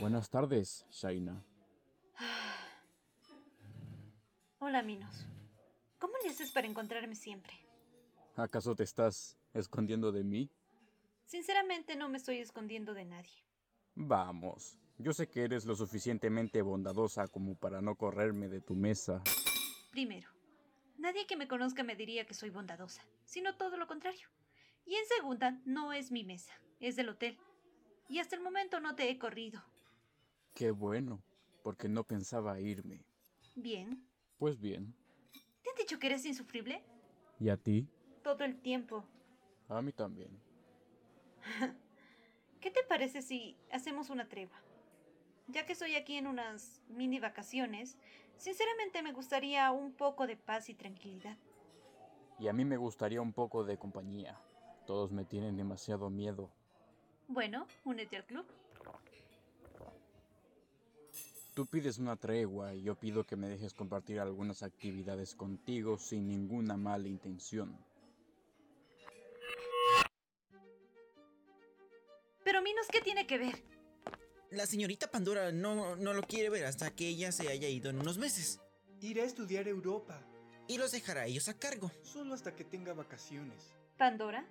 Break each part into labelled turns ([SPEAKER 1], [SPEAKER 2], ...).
[SPEAKER 1] Buenas tardes, Shaina.
[SPEAKER 2] Hola, Minos. ¿Cómo le haces para encontrarme siempre?
[SPEAKER 1] ¿Acaso te estás escondiendo de mí?
[SPEAKER 2] Sinceramente no me estoy escondiendo de nadie.
[SPEAKER 1] Vamos, yo sé que eres lo suficientemente bondadosa como para no correrme de tu mesa.
[SPEAKER 2] Primero, nadie que me conozca me diría que soy bondadosa, sino todo lo contrario. Y en segunda, no es mi mesa, es del hotel. Y hasta el momento no te he corrido.
[SPEAKER 1] Qué bueno, porque no pensaba irme.
[SPEAKER 2] Bien.
[SPEAKER 1] Pues bien,
[SPEAKER 2] ¿Te han dicho que eres insufrible?
[SPEAKER 1] ¿y a ti?
[SPEAKER 2] Todo el tiempo.
[SPEAKER 1] A mí también.
[SPEAKER 2] ¿Qué te parece si hacemos una tregua? Ya que estoy aquí en unas mini vacaciones, sinceramente me gustaría un poco de paz y tranquilidad.
[SPEAKER 1] Y a mí me gustaría un poco de compañía. Todos me tienen demasiado miedo.
[SPEAKER 2] Bueno, únete al club.
[SPEAKER 1] Tú pides una tregua y yo pido que me dejes compartir algunas actividades contigo sin ninguna mala intención.
[SPEAKER 2] Pero Minos, ¿qué tiene que ver?
[SPEAKER 3] La señorita Pandora no, no lo quiere ver hasta que ella se haya ido en unos meses.
[SPEAKER 4] Irá a estudiar a Europa,
[SPEAKER 3] Y los dejará a ellos a cargo.
[SPEAKER 4] solo hasta que tenga vacaciones.
[SPEAKER 2] ¿Pandora?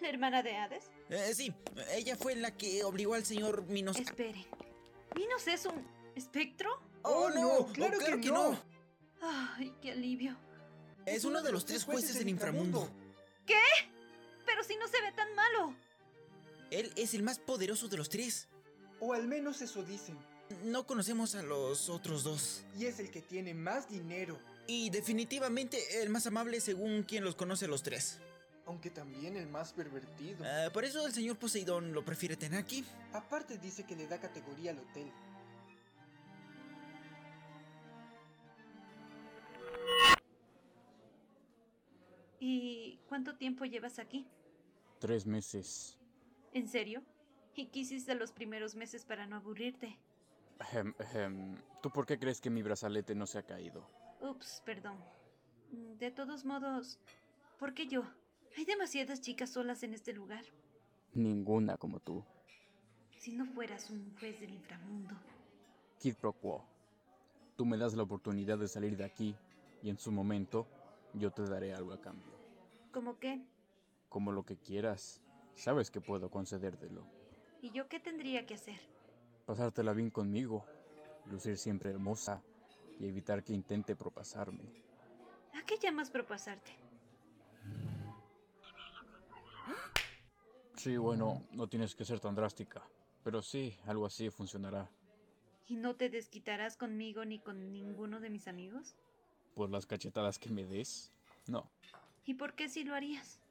[SPEAKER 2] ¿La hermana de Hades?
[SPEAKER 3] Eh, sí, ella fue la que obligó al señor Minos...
[SPEAKER 2] Espere. ¿Minos es un espectro?
[SPEAKER 4] ¡Oh, no! ¡Claro que no!
[SPEAKER 2] Ay, qué alivio.
[SPEAKER 3] Es uno de los tres jueces del inframundo.
[SPEAKER 2] Pero si no se ve tan malo.
[SPEAKER 3] Él es el más poderoso de los tres.
[SPEAKER 4] O al menos eso dicen.
[SPEAKER 3] No conocemos a los otros dos.
[SPEAKER 4] Y es el que tiene más dinero.
[SPEAKER 3] Y definitivamente el más amable según quien los conoce a los tres.
[SPEAKER 4] Aunque también el más pervertido.
[SPEAKER 3] Ah, por eso el señor Poseidón lo prefiere tener aquí.
[SPEAKER 4] Aparte dice que le da categoría al hotel.
[SPEAKER 2] ¿Y cuánto tiempo llevas aquí?
[SPEAKER 1] Tres meses.
[SPEAKER 2] ¿En serio? ¿Y qué hiciste los primeros meses para no aburrirte?
[SPEAKER 1] Ahem, ahem. ¿Tú por qué crees que mi brazalete no se ha caído?
[SPEAKER 2] Ups, perdón. Mm, De todos modos, ¿por qué yo? Hay demasiadas chicas solas en este lugar.
[SPEAKER 1] Ninguna como tú.
[SPEAKER 2] Si no fueras un juez del inframundo.
[SPEAKER 1] Kid Pro Quo. Tú me das la oportunidad de salir de aquí y en su momento yo te daré algo a cambio.
[SPEAKER 2] ¿Cómo qué?
[SPEAKER 1] Como lo que quieras. Sabes que puedo concedértelo.
[SPEAKER 2] ¿Y yo qué tendría que hacer?
[SPEAKER 1] Pasártela bien conmigo, lucir siempre hermosa y evitar que intente propasarme.
[SPEAKER 2] ¿A qué llamas propasarte?
[SPEAKER 1] Sí, bueno, no tienes que ser tan drástica, pero sí, algo así funcionará.
[SPEAKER 2] ¿Y no te desquitarás conmigo ni con ninguno de mis amigos?
[SPEAKER 1] ¿Por las cachetadas que me des? No.
[SPEAKER 2] ¿Y por qué si lo harías?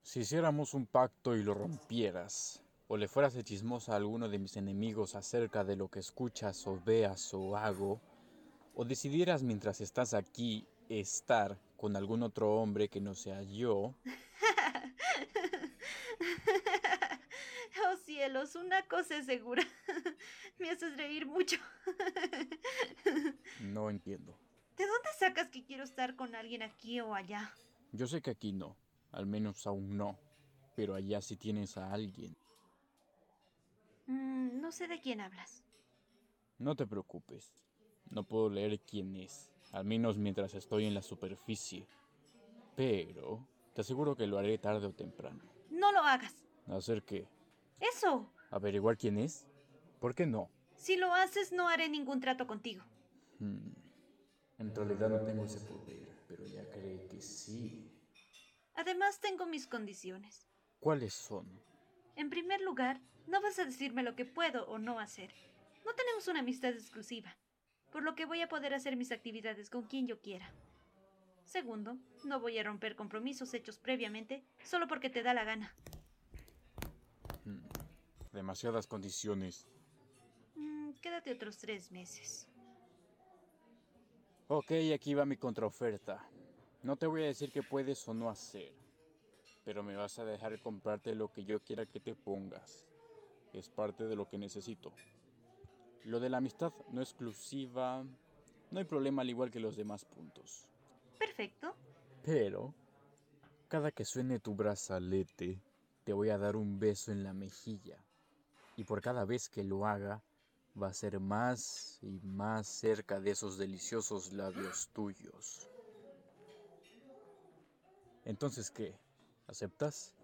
[SPEAKER 1] Si hiciéramos un pacto y lo rompieras, o le fueras de chismosa a alguno de mis enemigos acerca de lo que escuchas o veas o hago, o decidieras mientras estás aquí estar con algún otro hombre que no sea yo,
[SPEAKER 2] oh cielos, una cosa es segura. Me haces reír mucho.
[SPEAKER 1] no entiendo.
[SPEAKER 2] ¿De dónde sacas que quiero estar con alguien aquí o allá?
[SPEAKER 1] Yo sé que aquí no, al menos aún no, pero allá sí tienes a alguien.
[SPEAKER 2] Mm, no sé de quién hablas.
[SPEAKER 1] No te preocupes, no puedo leer quién es, al menos mientras estoy en la superficie. Pero te aseguro que lo haré tarde o temprano.
[SPEAKER 2] No lo hagas.
[SPEAKER 1] ¿Hacer qué?
[SPEAKER 2] Eso.
[SPEAKER 1] ¿Averiguar quién es? ¿Por qué no?
[SPEAKER 2] Si lo haces, no haré ningún trato contigo.
[SPEAKER 1] Hmm, En realidad no tengo ese poder, pero ya creí que sí.
[SPEAKER 2] Además, tengo mis condiciones.
[SPEAKER 1] ¿Cuáles son?
[SPEAKER 2] En primer lugar, no vas a decirme lo que puedo o no hacer. No tenemos una amistad exclusiva, por lo que voy a poder hacer mis actividades con quien yo quiera. Segundo, no voy a romper compromisos hechos previamente solo porque te da la gana.
[SPEAKER 1] Hmm, Demasiadas condiciones.
[SPEAKER 2] Mm, quédate otros tres meses.
[SPEAKER 1] Ok, aquí va mi contraoferta. No te voy a decir qué puedes o no hacer, pero me vas a dejar comprarte lo que yo quiera que te pongas. Es parte de lo que necesito. Lo de la amistad no exclusiva, no hay problema al igual que los demás puntos.
[SPEAKER 2] Perfecto.
[SPEAKER 1] Pero, cada que suene tu brazalete, te voy a dar un beso en la mejilla. Y por cada vez que lo haga, va a ser más y más cerca de esos deliciosos labios tuyos. Entonces, ¿qué? ¿Aceptas?